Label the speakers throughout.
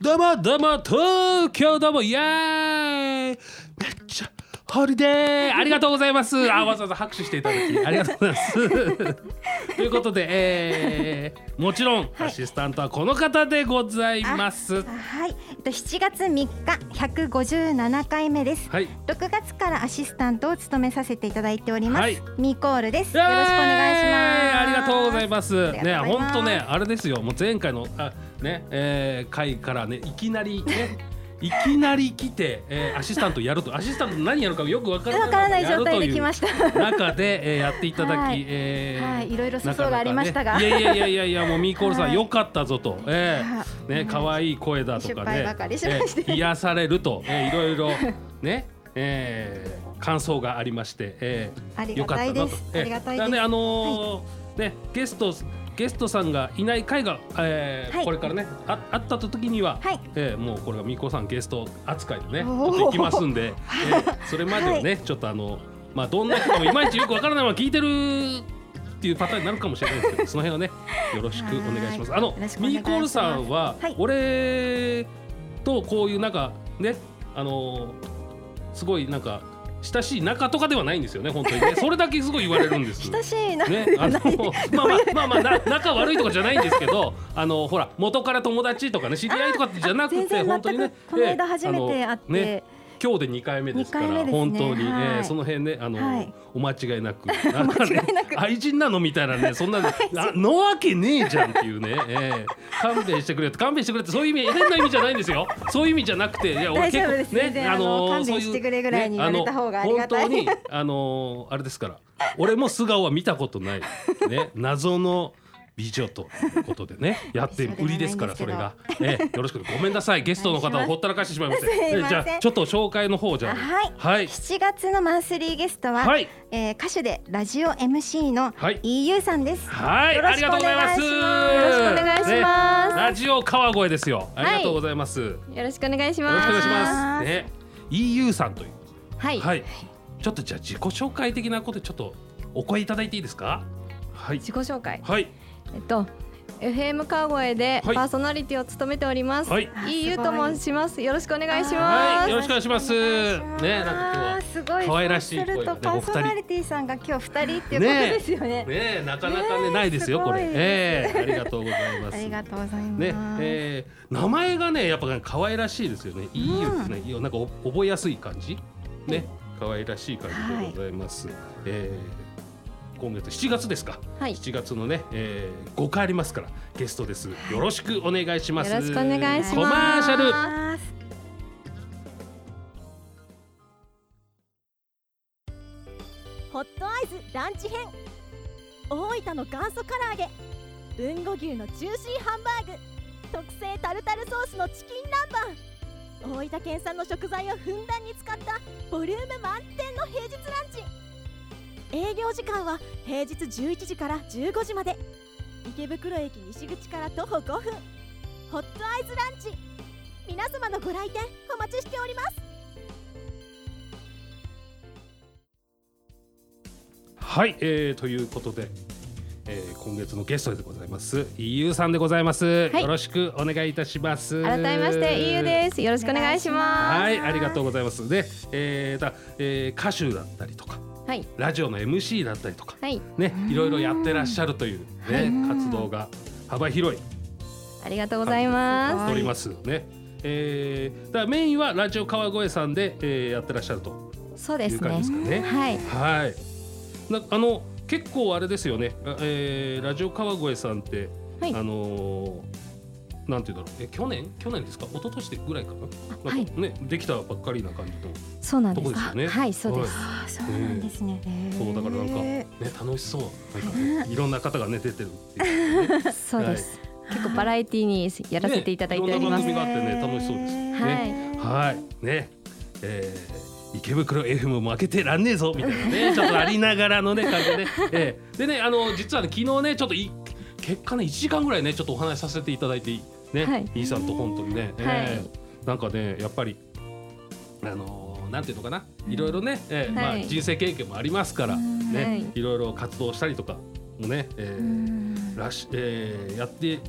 Speaker 1: どうもどうも東京どうもイエーイめっちゃホリデーありがとうございますあわざわざ拍手していただきありがとうございます ということで、えー、もちろんアシスタントはこの方でございます
Speaker 2: はい、えっと7月3日157回目です。
Speaker 1: はい
Speaker 2: 6月からアシスタントを務めさせていただいております。
Speaker 1: はい
Speaker 2: ミーコールです。よろしくお願いします。
Speaker 1: ありがとうございます。
Speaker 2: あり
Speaker 1: ね、
Speaker 2: がとうござい
Speaker 1: 本
Speaker 2: ます
Speaker 1: 当ね、あれですよ。もう前回のあね、えー回からね、いきなり ね。いきなり来て、えーアシスタントやるとアシスタント何やるかよくわから
Speaker 2: わからない
Speaker 1: やる
Speaker 2: 状
Speaker 1: と
Speaker 2: 態で
Speaker 1: う
Speaker 2: 来ました。
Speaker 1: 中で、えーやっていただき、
Speaker 2: はい
Speaker 1: えー
Speaker 2: はいいろいろ粗
Speaker 1: なかなか
Speaker 2: 相がありましたが
Speaker 1: ねいやいやいやいやもうミーコールさん、
Speaker 2: はい
Speaker 1: よかったぞと、えー
Speaker 2: は
Speaker 1: ね
Speaker 2: い
Speaker 1: 可愛い声だとか
Speaker 2: 失
Speaker 1: ね
Speaker 2: 敗ばかりしまして
Speaker 1: えー癒されると、えーいろいろね、えー感想がありまして、えー
Speaker 2: ありがたいですありがたいです
Speaker 1: だからねあのーねゲストゲストさんがいない回が、えー
Speaker 2: はい
Speaker 1: これからねああった時には、
Speaker 2: はい
Speaker 1: えーもうこれがミーコーさんゲスト扱いでね
Speaker 2: おー
Speaker 1: 持っていきますんで、えーそれまではね、ちょっとあのまあどんな人かもいまいちよくわからないまま聞いてるっていうパターンになるかもしれないですけどその辺はねよろしくお願いします。
Speaker 2: は
Speaker 1: あ
Speaker 2: い
Speaker 1: の
Speaker 2: よろしくお願い
Speaker 1: ミー
Speaker 2: します
Speaker 1: コールさんは、
Speaker 2: はい
Speaker 1: 俺とこういうなんかねあのすごいなんか親しい仲とかではないんですよね本当にねそれだけすごい言われるんです。
Speaker 2: 親しいな。
Speaker 1: ね、あの まあまあまあまあな仲悪いとかじゃないんですけどあのほら元から友達とかね知り合いとかってじゃなく
Speaker 2: 全
Speaker 1: て
Speaker 2: 然
Speaker 1: 本当
Speaker 2: 全
Speaker 1: に
Speaker 2: く
Speaker 1: ね
Speaker 2: この
Speaker 1: ええ
Speaker 2: 間初めて会っ
Speaker 1: あのね
Speaker 2: て。
Speaker 1: 今日で2回目ですから
Speaker 2: 二回目ですね
Speaker 1: 本当に、
Speaker 2: はい
Speaker 1: えーその辺ねあの、
Speaker 2: はい
Speaker 1: お間違いなくなんかね愛人なのみたいなねそんなのあのわけねえじゃんっていうね、えー勘弁してくれって勘弁してくれってそういう意味変な意味じゃないんですよそういう意味じゃなくていや
Speaker 2: 大丈夫です全然あの
Speaker 1: ー
Speaker 2: 勘弁してくれぐらいに
Speaker 1: そうう
Speaker 2: 言われた方がありがたい
Speaker 1: あの本当にあのーあれですから俺も素顔は見たことないね謎の美女ということでねやってる売りですからそれが、ええ、よろしくごめんなさいゲストの方をほったらかしてしまいまして
Speaker 2: すいません
Speaker 1: ええじゃあちょっと紹介の方じゃあ
Speaker 2: はい
Speaker 1: はい
Speaker 2: 7月のマンスリーゲストは、
Speaker 1: はい
Speaker 2: えー歌手でラジオ MC の
Speaker 1: はい
Speaker 2: EU さんです。
Speaker 1: はい
Speaker 2: よろしくお願いします。
Speaker 1: あ
Speaker 2: よろしくお
Speaker 1: りが
Speaker 2: 願
Speaker 1: と
Speaker 2: いう
Speaker 1: ご
Speaker 2: し
Speaker 1: ざい
Speaker 2: ま。
Speaker 1: ますねラジオ川越ですよありがとうございます、よ
Speaker 3: よろしくお願いし
Speaker 1: ろ
Speaker 3: ま
Speaker 1: し
Speaker 3: す。
Speaker 1: くお願いしま
Speaker 2: は
Speaker 1: す
Speaker 2: い
Speaker 1: ね EU さんという
Speaker 3: はい、
Speaker 1: はいちょっとじゃあ自己紹介的なことでちょっとお声いただいていいですかはい
Speaker 3: 自己紹介。
Speaker 1: はい
Speaker 3: えっと、FM 川越で
Speaker 1: はい
Speaker 3: パーソナリティを務めております。
Speaker 1: はい
Speaker 3: EU と申します。よろしくお願いし
Speaker 1: はい
Speaker 3: ます。
Speaker 1: よろしくお願いしますねなんか今日は
Speaker 2: すごい
Speaker 1: 可愛らしい
Speaker 2: そうする
Speaker 1: 声が
Speaker 2: と
Speaker 1: ね
Speaker 2: パ
Speaker 1: お二
Speaker 2: ー
Speaker 1: 人
Speaker 2: ソナリティさんが今日二人っていうことですよね。
Speaker 1: ねえなかなかねないですよ
Speaker 2: す
Speaker 1: こ
Speaker 2: ごい
Speaker 1: れええありがとうございま
Speaker 2: あ
Speaker 1: す
Speaker 2: りがとうございます。
Speaker 1: ねえー名前がねやっぱね可愛らしいですよね。いいよね、いいよなんかお覚えやすい感じね可愛らしい感じでございます。えー今月7月ですか、
Speaker 3: はい
Speaker 1: 7月のね、えー、5回ありますからゲストですよろしくお願いします
Speaker 3: よろしくお願いします
Speaker 1: コマーシャル
Speaker 2: あ
Speaker 4: ホットアイズランチ編大分の元祖唐揚げ豊後牛のジューシーハンバーグ特製タルタルソースのチキン南蛮大分県産の食材をふんだんに使ったボリューム満点の平日ランチ営業時間は平日11時から15時まで池袋駅西口から徒歩5分ホットアイズランチ皆様のご来店お待ちしております
Speaker 1: はい、えー、ということで、えー、今月のゲストでございます EU さんでございます、
Speaker 3: はい
Speaker 1: よろしくお願いいたします
Speaker 3: 改めまして EU です。よろしくお願いしま
Speaker 1: はい、ありがとうございます。で、えーだえー歌手だったりとか、
Speaker 3: す。はい、
Speaker 1: ラジオの MC だったりとか、
Speaker 3: はい、
Speaker 1: ね、いろいろやってらっしゃるというね、活動が幅広い
Speaker 3: ありがとうございま
Speaker 1: おりますね。えー、だからメインはラジオ川越さんで、えー、やってらっしゃると
Speaker 3: す。そうで
Speaker 1: い
Speaker 3: す
Speaker 1: う感
Speaker 3: ね
Speaker 1: じ。ですかね。
Speaker 3: はい、
Speaker 1: はい。なあの結構あれですよね。あえー、ラジオ川越さんって、
Speaker 3: はい
Speaker 1: あのーなんていうんだろう。え去年去年ですか。一昨年でぐらいかな。なんか
Speaker 3: はい
Speaker 1: ねできたばっかりな感じと。
Speaker 3: そうなんで
Speaker 1: と
Speaker 3: す。
Speaker 1: こですよね
Speaker 3: あはい、そうです。
Speaker 1: は
Speaker 2: ーそうなんですね。
Speaker 1: そうだからなんかね
Speaker 2: へ
Speaker 1: 楽しそう。なんかねいろんな方がね出てるっていうね。
Speaker 3: そうです。結構バラエティにやらせていただいており
Speaker 1: ねいろんな番
Speaker 3: ます。
Speaker 1: 組があってね楽しそうです。ねはいね。えー池袋 FM も負けてらんねえぞみたいな ねちょっとありながらのね感じで、ねえーでねあの実はね昨日ねちょっとい結果ね1時間ぐらいねちょっとお話しさせていただいてね、
Speaker 3: はいい、
Speaker 1: いさんと本当にね、え
Speaker 3: はい
Speaker 1: ーなんかねやっぱりあのーなんていうのかないろいろね、えーまあ、
Speaker 3: はい
Speaker 1: 人生経験もありますから、ね
Speaker 3: はいい、
Speaker 1: ろいろ活動したりとかもね、えーらしえーやって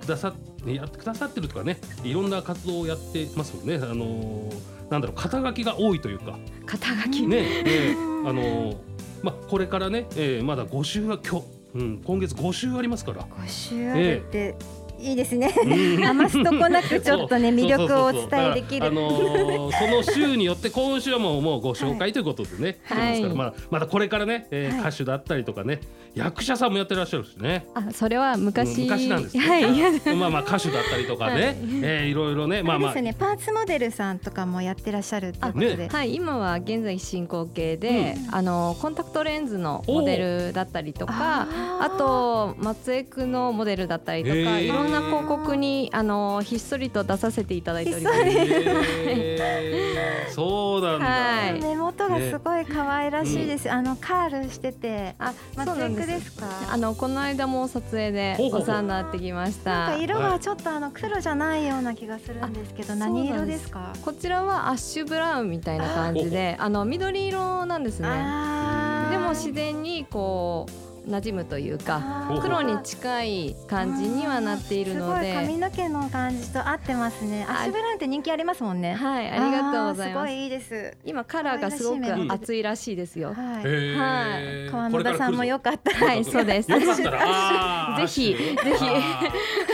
Speaker 1: くださねやってくださってるとかねいろんな活動をやってますもんねあのーなんだろう肩書きが多いというか
Speaker 3: 肩書き、
Speaker 1: ねえあのーまあこれからね、えーまだ5週は今日、うん、今月5週ありますから。
Speaker 2: 五週あるって、いいですね。 余すとこなくちょっとね
Speaker 1: そう
Speaker 2: 魅力を
Speaker 1: そ
Speaker 2: お
Speaker 1: うそうそう
Speaker 2: 伝
Speaker 1: だから
Speaker 2: えでき
Speaker 1: あ
Speaker 2: る。
Speaker 1: のーその週によって今週はもうもうご紹介ということでね、
Speaker 3: はい
Speaker 1: してますからまだまだこれからね、えー
Speaker 2: はい
Speaker 1: 歌手だったりとかね役者さんもやってらっしゃるしね。
Speaker 3: あそれは昔、
Speaker 1: うん昔なんですね、
Speaker 3: はい、いや
Speaker 1: まあまあ歌手だったりとかね、
Speaker 3: はい
Speaker 1: いえーいろいろねまあま
Speaker 2: あ
Speaker 1: あ
Speaker 2: れですよねパーツモデルさんとかもやってらっしゃるっていうこと
Speaker 1: あね
Speaker 2: で。
Speaker 3: はい、今は現在進行形で、あのコンタクトレンズのモデルだったりとかあと松江区のモデルだったりと
Speaker 1: へ
Speaker 3: か
Speaker 1: ー
Speaker 3: いろんな広告にあのひっそりと出させていただいております。
Speaker 1: えーそうなんだ、
Speaker 3: は
Speaker 2: 目元がすごい可愛らしいです。あのカールしてて、
Speaker 3: あ、
Speaker 2: 松
Speaker 3: そうな
Speaker 2: 江
Speaker 3: ん
Speaker 2: 区
Speaker 3: で。
Speaker 2: ですすか。
Speaker 3: あのこの間も撮影で
Speaker 1: ほうほうほ
Speaker 3: お
Speaker 1: う
Speaker 3: 世話になってきまし
Speaker 2: なん
Speaker 3: た
Speaker 2: か。色がちょっとあの黒じゃないような気がするんですけど、
Speaker 3: あ
Speaker 2: 何色ですか。
Speaker 3: こちらはアッシュブラウンみたいな感じで、あの緑色なんですね。
Speaker 2: あー
Speaker 3: でも自然にこう馴染むというか、
Speaker 2: あー
Speaker 3: 黒に近い感じにはなっているの
Speaker 2: すごい
Speaker 3: で
Speaker 2: 髪、の毛の感じと合ってますね。アッシュブラウンって人気ありますもんね。
Speaker 3: はい、ありがとうございま
Speaker 2: あーす
Speaker 3: す。
Speaker 2: ごいいいです。
Speaker 3: 今カラーがすご
Speaker 2: 可愛らしい目
Speaker 3: く熱いらしいですよ。
Speaker 2: は
Speaker 1: へ
Speaker 2: い。
Speaker 1: ー
Speaker 2: 川
Speaker 1: こ
Speaker 2: 野
Speaker 1: れか
Speaker 2: 田
Speaker 1: ら
Speaker 2: さ
Speaker 1: 来る
Speaker 2: ん
Speaker 1: ぞ
Speaker 2: もよかったら。
Speaker 3: はい、そうです。
Speaker 1: よかった らあー
Speaker 3: ぜひ
Speaker 1: 足
Speaker 3: ぜひ
Speaker 1: あ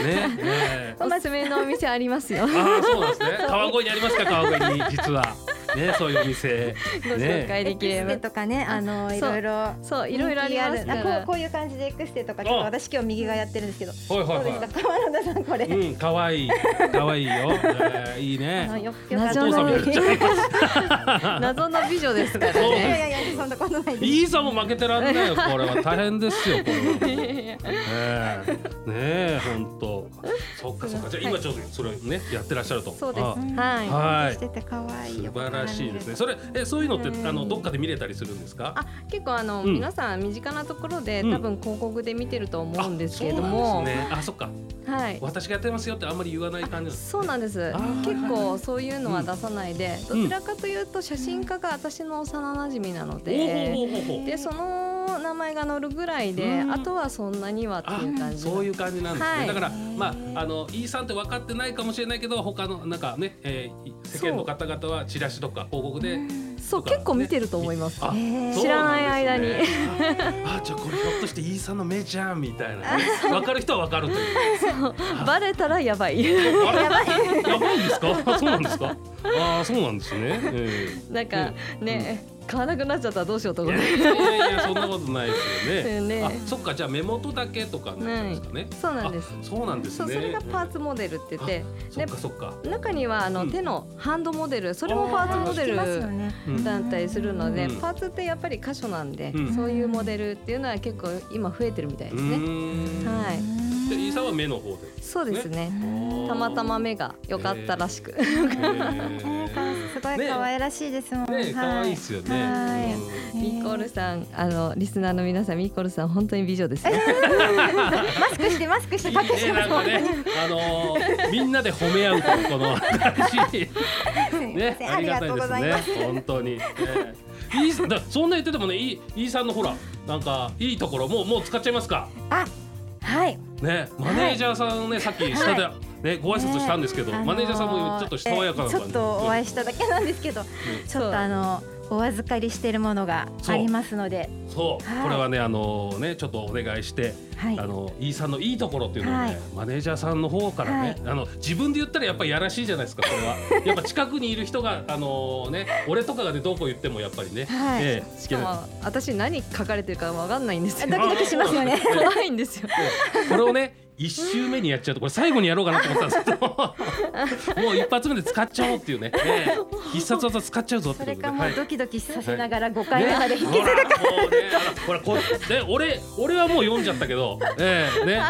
Speaker 1: ーねね
Speaker 3: おすすめのお店あります よ。
Speaker 1: あーそうなんですね川越にありますか川越に実はねそういうお店
Speaker 3: ご紹介でき
Speaker 2: エク
Speaker 3: れ
Speaker 2: ス
Speaker 3: ば
Speaker 2: テ。とかね、あの
Speaker 3: そう
Speaker 2: いろいろ。
Speaker 3: そう、いろいろあります
Speaker 2: 人
Speaker 3: か
Speaker 2: 気あるあ
Speaker 3: ら
Speaker 2: こう。こういう感じでエクステとか、ちょっと
Speaker 1: あ
Speaker 2: 私今日右がやってるんですけど。ど
Speaker 1: はいは
Speaker 2: う
Speaker 1: い
Speaker 2: で
Speaker 1: は
Speaker 2: し
Speaker 1: い
Speaker 2: た。川野田さんこれ。
Speaker 1: うん、可愛い可愛いよ。えーいい
Speaker 2: あの
Speaker 1: ね。
Speaker 2: よよか
Speaker 1: お
Speaker 2: っ
Speaker 3: ラ
Speaker 2: たら
Speaker 3: ジオ
Speaker 1: 父さんみたいになっちゃいます
Speaker 3: 謎の美女ですから
Speaker 1: そう
Speaker 2: い
Speaker 3: ね。
Speaker 2: やいやいや、そんなことないです。
Speaker 1: いいさも負けてらんないよ。これは大変ですよ。これはねえ、ねえ、本当。そっかそっか。じゃあ今ちょっとそれをねやってらっしゃると。
Speaker 3: そうです
Speaker 1: あ
Speaker 2: うん
Speaker 3: はい
Speaker 1: はい
Speaker 2: してて可愛い
Speaker 1: 素
Speaker 2: よ。
Speaker 1: 晴らしいですね。それえそういうのってあのどっかで見れたりするんですか。
Speaker 3: あ結構あの、
Speaker 1: うん
Speaker 3: 皆さん身近なところで、
Speaker 1: うん
Speaker 3: 多分広告で見てると思うんですけれど
Speaker 1: あそうな
Speaker 3: も、
Speaker 1: んですね。あ、そっか。
Speaker 3: はい
Speaker 1: 私がやってますよってあんまり言わない感じなんです。
Speaker 3: そうなんです
Speaker 1: あー
Speaker 3: 結構そういうのは出さないで、
Speaker 1: うん
Speaker 3: どちらかというと写真家が私の幼馴染なの
Speaker 1: おお
Speaker 3: で、
Speaker 1: おーおーおー。
Speaker 3: でその名前が載るぐらいで、
Speaker 1: うん
Speaker 3: あとはそんなにはって
Speaker 1: あ
Speaker 3: いう感じ
Speaker 1: そういう感じなんですね、
Speaker 3: はい
Speaker 1: だからまああの E さんって分かってないかもしれないけど他のなんかね、えーい世間の方々はチラシとか広告で
Speaker 3: そう
Speaker 1: とかね
Speaker 3: 結構見てると思います、
Speaker 1: あ
Speaker 2: へー
Speaker 1: そうなんですねあ
Speaker 2: あ
Speaker 1: あじゃあこれひょっとして E さんの目じゃんみたいな、ね、 分かる人は分かるという
Speaker 3: バレたらやばい
Speaker 1: あれやばいやばいんですか あそうなんですかああそうなんですね、え
Speaker 3: なんかね、買わなくなっちゃったらどうしようと
Speaker 1: えい
Speaker 3: 思っ
Speaker 1: や
Speaker 3: て
Speaker 1: いやいやそんなことないですよね
Speaker 3: ね
Speaker 1: あそっかじゃあ目元だけとかになっちゃうんですかね、
Speaker 3: そうなんです
Speaker 1: あそうなんです
Speaker 3: そう
Speaker 1: ね
Speaker 3: それがパーツモデルって言って
Speaker 1: そっかそっか
Speaker 3: 中にはあの、
Speaker 1: うん
Speaker 3: 手のハンドモデルそれもパーツモデル
Speaker 1: うん
Speaker 3: だったりするので、
Speaker 1: うん
Speaker 3: パーツってやっぱり箇所なんで、
Speaker 1: うん
Speaker 3: そういうモデルっていうのは結構今増えてるみたいですね。
Speaker 1: ん
Speaker 3: はい、
Speaker 1: じゃあ E さんは目の方で
Speaker 3: そうですね。
Speaker 1: た
Speaker 3: たまたま目が良かったらしく、
Speaker 2: ねかわいすごい
Speaker 1: ね
Speaker 2: 可愛らしいですもん。
Speaker 1: ね可愛いですよね。
Speaker 2: はい
Speaker 1: うん
Speaker 3: ミコルさん、あのリスナーの皆さん、ミコルさん本当に美女ですね。
Speaker 2: マスクしてマスクし
Speaker 1: い
Speaker 2: て
Speaker 1: い
Speaker 2: 隠し
Speaker 1: ね
Speaker 2: ま
Speaker 1: な
Speaker 2: す
Speaker 1: ん
Speaker 2: も
Speaker 1: か
Speaker 2: んね。
Speaker 1: ね、あのーみんなで褒め合うとこ の感じ。ね、
Speaker 2: ありがとうございます。
Speaker 1: すね。本当に。ねいいだそんな言っててもね、いいいいさんのほらなんかいいところもうもう使っちゃいますか。
Speaker 2: あ、はい。
Speaker 1: ね、マネージャーさんねさっき下で、ねご挨拶したんですけど、
Speaker 2: ね
Speaker 1: マネージャーさんもちょっと爽やかな感じ。
Speaker 2: えちょっとお会いしただけなんですけど、ちょっとあのお預かりしているものがありますので、
Speaker 1: そう、
Speaker 2: はい
Speaker 1: これはねあのーねちょっとお願いして。
Speaker 2: はい。
Speaker 1: あの飯さんのいいところっていうのをね、
Speaker 2: はい
Speaker 1: マネージャーさんの方からね、あの自分で言ったらやっぱりやらしいじゃないですかこれ はやっぱ近くにいる人があのね俺とかがねどうこう言ってもやっぱりね、
Speaker 2: はい
Speaker 1: ええ
Speaker 3: しかも私何書かれてるかわかんないんですよ。
Speaker 2: ドキドキします よね。
Speaker 3: 怖いんですよ。
Speaker 1: ええこれをね一周目にやっちゃうとこれ最後にやろうかなと思ってたんですけ どもう一発目で使っちゃおうっていうね、ええ必殺技使っちゃうぞって
Speaker 2: そ
Speaker 1: こ
Speaker 2: れ
Speaker 1: とで、
Speaker 2: かも
Speaker 1: は
Speaker 2: う
Speaker 1: い
Speaker 2: ドキドキさせながら5回目まで引きず
Speaker 1: ほ
Speaker 2: る。
Speaker 1: らもうねあのほらこうね俺俺はもう読んじゃったけど、ええ ね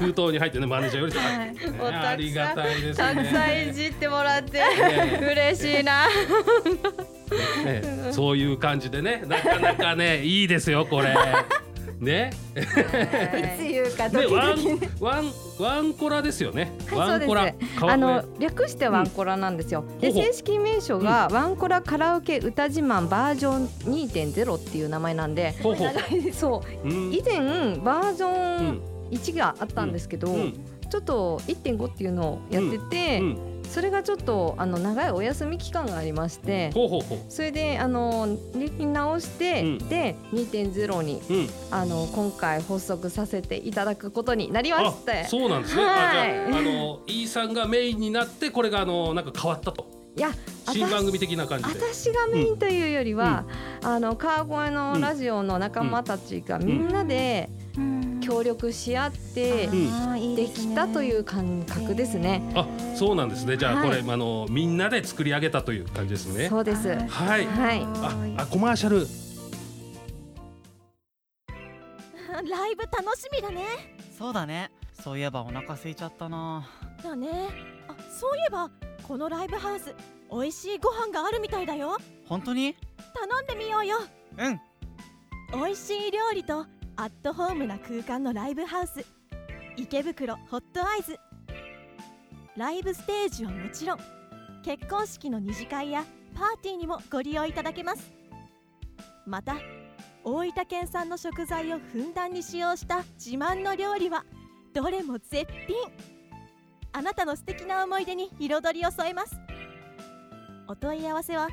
Speaker 1: 封筒に入ってねマネージャーより、
Speaker 2: はい
Speaker 1: ねありがたいですね。
Speaker 3: たくさんいじってもらって
Speaker 1: ええ
Speaker 3: 嬉しいな。
Speaker 1: ね、そういう感じでね、なかなかね、いいですよ、これ。 ね、
Speaker 2: いつ言うかド
Speaker 1: で、
Speaker 2: キ
Speaker 1: ワ
Speaker 2: ド
Speaker 1: ン
Speaker 2: キ。、
Speaker 1: ワン、ワンコラですよね。
Speaker 3: はい
Speaker 1: ワンコ
Speaker 3: そ
Speaker 1: ラ
Speaker 3: う。
Speaker 1: 川
Speaker 3: あ
Speaker 1: 越
Speaker 3: の略してワンコラなんですよ。で
Speaker 1: ほうほう
Speaker 3: 正式名称がワンコラカラオケ歌自慢バージョン2.0っていう名前な んで、
Speaker 1: ほうほう
Speaker 3: そう
Speaker 1: うん
Speaker 3: 以前バージョ
Speaker 1: う
Speaker 3: ン1があったんですけど、
Speaker 1: んうん
Speaker 3: ちょっと1.5っていうのをやってて、
Speaker 1: うん
Speaker 3: それがちょっとあの長いお休み期間がありまして
Speaker 1: ほうほうほう
Speaker 3: それであの履歴直して、
Speaker 1: うん
Speaker 3: で2.0に
Speaker 1: うん
Speaker 3: あの今回発足させていただくことになりま
Speaker 1: あ
Speaker 3: して
Speaker 1: そうなんですね、
Speaker 3: はい
Speaker 1: あじゃああの E さんがメインになってこれがあのなんか変わったと
Speaker 3: いや
Speaker 1: 新番組的な感じで
Speaker 3: 私がメインというよりは、あの川越のラジオの仲間たちがみんなで協力し合って
Speaker 1: ん
Speaker 3: できたという感覚ですね。
Speaker 1: あそうなんですねじゃあ
Speaker 3: は
Speaker 1: こ
Speaker 3: い
Speaker 1: れ、あのみんなで作り上げたという感じですね
Speaker 3: そうです。
Speaker 1: はい
Speaker 3: はい
Speaker 1: ああコマーシャル
Speaker 4: ライブ楽しみだね
Speaker 5: そうだねそういえばお腹空いちゃったな
Speaker 4: だねあそういえばこのライブハウス美味しいご飯があるみたいだよ
Speaker 5: 本当に
Speaker 4: 頼んでみようよ
Speaker 5: うん
Speaker 4: 美味しい料理とアットホームな空間のライブハウス池袋ホットアイズライブステージはもちろん結婚式の二次会やパーティーにもご利用いただけますまた大分県産の食材をふんだんに使用した自慢の料理はどれも絶品あなたの素敵な思い出に彩りを添えますお問い合わせは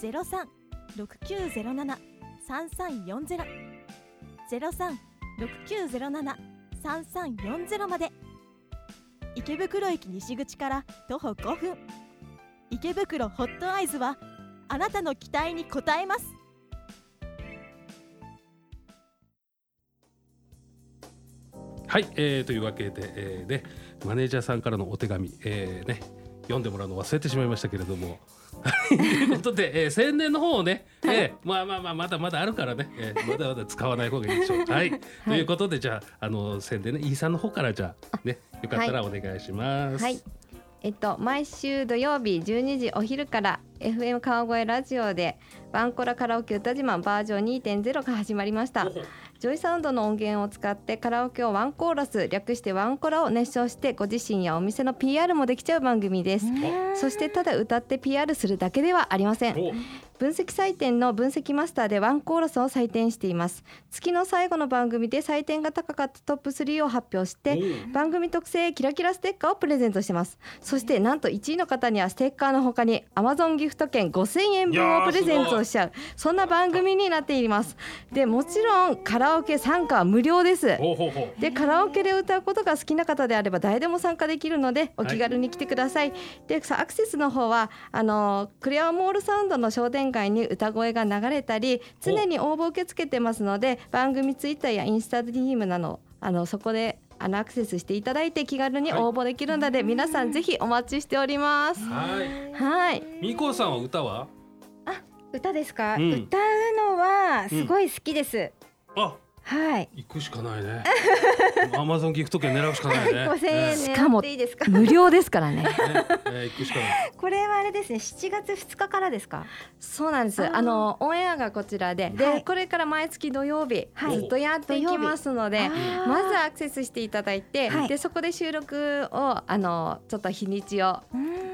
Speaker 4: 036907 3340 036907-3340まで池袋駅西口から徒歩5分池袋ホットアイズはあなたの期待に応えます
Speaker 1: はい、えー、というわけで、えーね、マネージャーさんからのお手紙、えーね、読んでもらうの忘れてしまいましたけれども。はい ということで、えー、宣伝の方をね、えー、まあまあまあまだまだあるからね、えー、まだまだ使わない方がいい でしょう。はい、ということでじゃああの宣伝ね、イーさんの方からじゃあね、よかったらお願いします。
Speaker 3: はい。えっと毎週土曜日12時お昼から FM 川越ラジオでワンコラカラオケ歌自慢バージョン2.0が始まりました。ジョイサウンドの音源を使ってカラオケをワンコーラス略してワンコラを熱唱してご自身やお店の PR もできちゃう番組です。そしてただ歌って PR するだけではありません。
Speaker 1: お
Speaker 3: 分析採点の分析マスターでワンコーラスを採点しています月の最後の番組で採点が高かったトップ3を発表して番組特製キラキラステッカーをプレゼントしてますそしてなんと1位の方にはステッカーの他に Amazon ギフト券5000円分をプレゼントしちゃうそんな番組になっていますでもちろんカラオケ参加は無料です
Speaker 1: おおほうほう
Speaker 3: でカラオケで歌うことが好きな方であれば誰でも参加できるのでお気軽に来てください。でさアクセスの方はあのクレアモールサウンドの商店街に歌声が流れたり常に応募受け付けてますので番組ツイッターやインスタ DM などあのそこであのアクセスしていただいて気軽に応募できるので、皆さんぜひお待ちしております。
Speaker 1: はい。
Speaker 3: はい。
Speaker 1: みこさんは歌は？
Speaker 2: 歌ですか、
Speaker 1: うん
Speaker 2: 歌うのはすごい好きです、
Speaker 1: あ、
Speaker 2: はい
Speaker 1: 行くしかない ね。アマゾンギフト券狙うしかないね。
Speaker 2: 五千円
Speaker 1: ね
Speaker 2: 狙っていいですか。
Speaker 3: 無料ですからね。
Speaker 1: ねえー行くしかない。
Speaker 2: これはあれですね、7月2日からですか。
Speaker 3: そうなんです。
Speaker 2: あー
Speaker 3: あのオンエアがこちらで、で、
Speaker 2: はい
Speaker 3: これから毎月土曜日、
Speaker 2: はい
Speaker 3: ずっとやっていきますので、
Speaker 2: あー
Speaker 3: まずアクセスしていただいて、
Speaker 2: はい
Speaker 3: でそこで収録をあのちょっと日にちを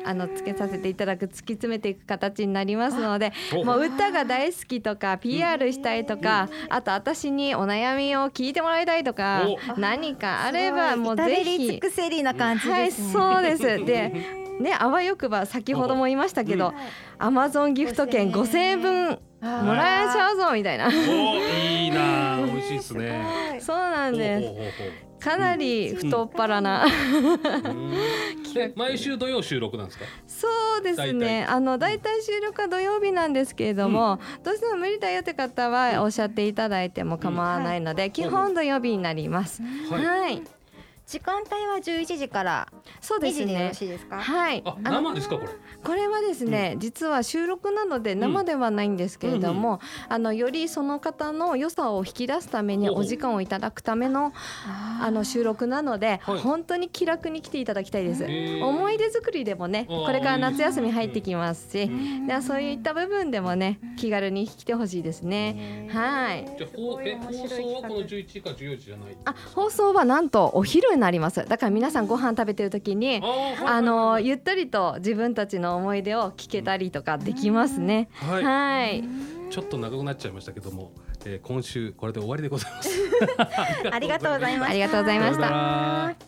Speaker 3: あのつけさせていただく突き詰めていく形になりますので
Speaker 1: お
Speaker 3: もう歌が大好きとか PR したいとか、あと私にお悩みを聞いてもらいたいとか
Speaker 1: お
Speaker 3: 何かあれば
Speaker 2: すごい
Speaker 3: もうぜ
Speaker 2: 至れり尽
Speaker 3: ひ。
Speaker 2: くせりな感じ
Speaker 3: は
Speaker 2: で
Speaker 3: い、
Speaker 2: すね。
Speaker 3: そうで す。で、ね、あわよくば先ほども言いましたけ
Speaker 1: お
Speaker 3: ど、アマゾンギフト券5000円分
Speaker 2: あー
Speaker 3: もらえちゃうぞみたいな。
Speaker 1: おいいな あ美味しいですね。
Speaker 3: そうなんです。
Speaker 1: す。
Speaker 3: かなり太っ腹な。
Speaker 1: うんで毎週土曜収録なんですか。
Speaker 3: そうです
Speaker 1: 大体
Speaker 3: ね。あのだいたい収録は土曜日なんですけれども、どうしても無理だよって方はおっしゃっていただいても構わないので、基本土曜日になります。
Speaker 1: は
Speaker 3: はいい、
Speaker 2: 時間帯は11時から
Speaker 3: そうで
Speaker 2: 2
Speaker 3: す
Speaker 2: 時でよ
Speaker 3: ね
Speaker 2: ろ。しいですか。
Speaker 3: はい。
Speaker 1: あ生ですかこれ。
Speaker 3: これはですね、実は収録なので生ではないんですけれども、あのよりその方の良さを引き出すために
Speaker 1: ほうほう
Speaker 3: お時間をいただくためのあの収録なので、
Speaker 1: はい
Speaker 3: 本当に気楽に来ていただきたいです。
Speaker 1: へー
Speaker 3: 思い出作りでもね、
Speaker 1: あー
Speaker 3: これから夏休み入ってきますし、
Speaker 1: ん
Speaker 3: でそういった部分でもね、気軽に来てほしいですね。はい。
Speaker 1: じゃあほうえ放送はこの11時か14時じゃない。
Speaker 3: あ、放送はなんとお昼になります。だから皆さんご飯食べてる時に
Speaker 1: あ。ーはい
Speaker 3: あのゆったりと自分たちの思い出を聞けたりとかできますね。
Speaker 1: はい
Speaker 3: はい。
Speaker 1: ちょっと長くなっちゃいましたけども、えー今週これで終わりでございます。
Speaker 2: ありがとうございました。
Speaker 3: ありがとうございました
Speaker 1: さようなら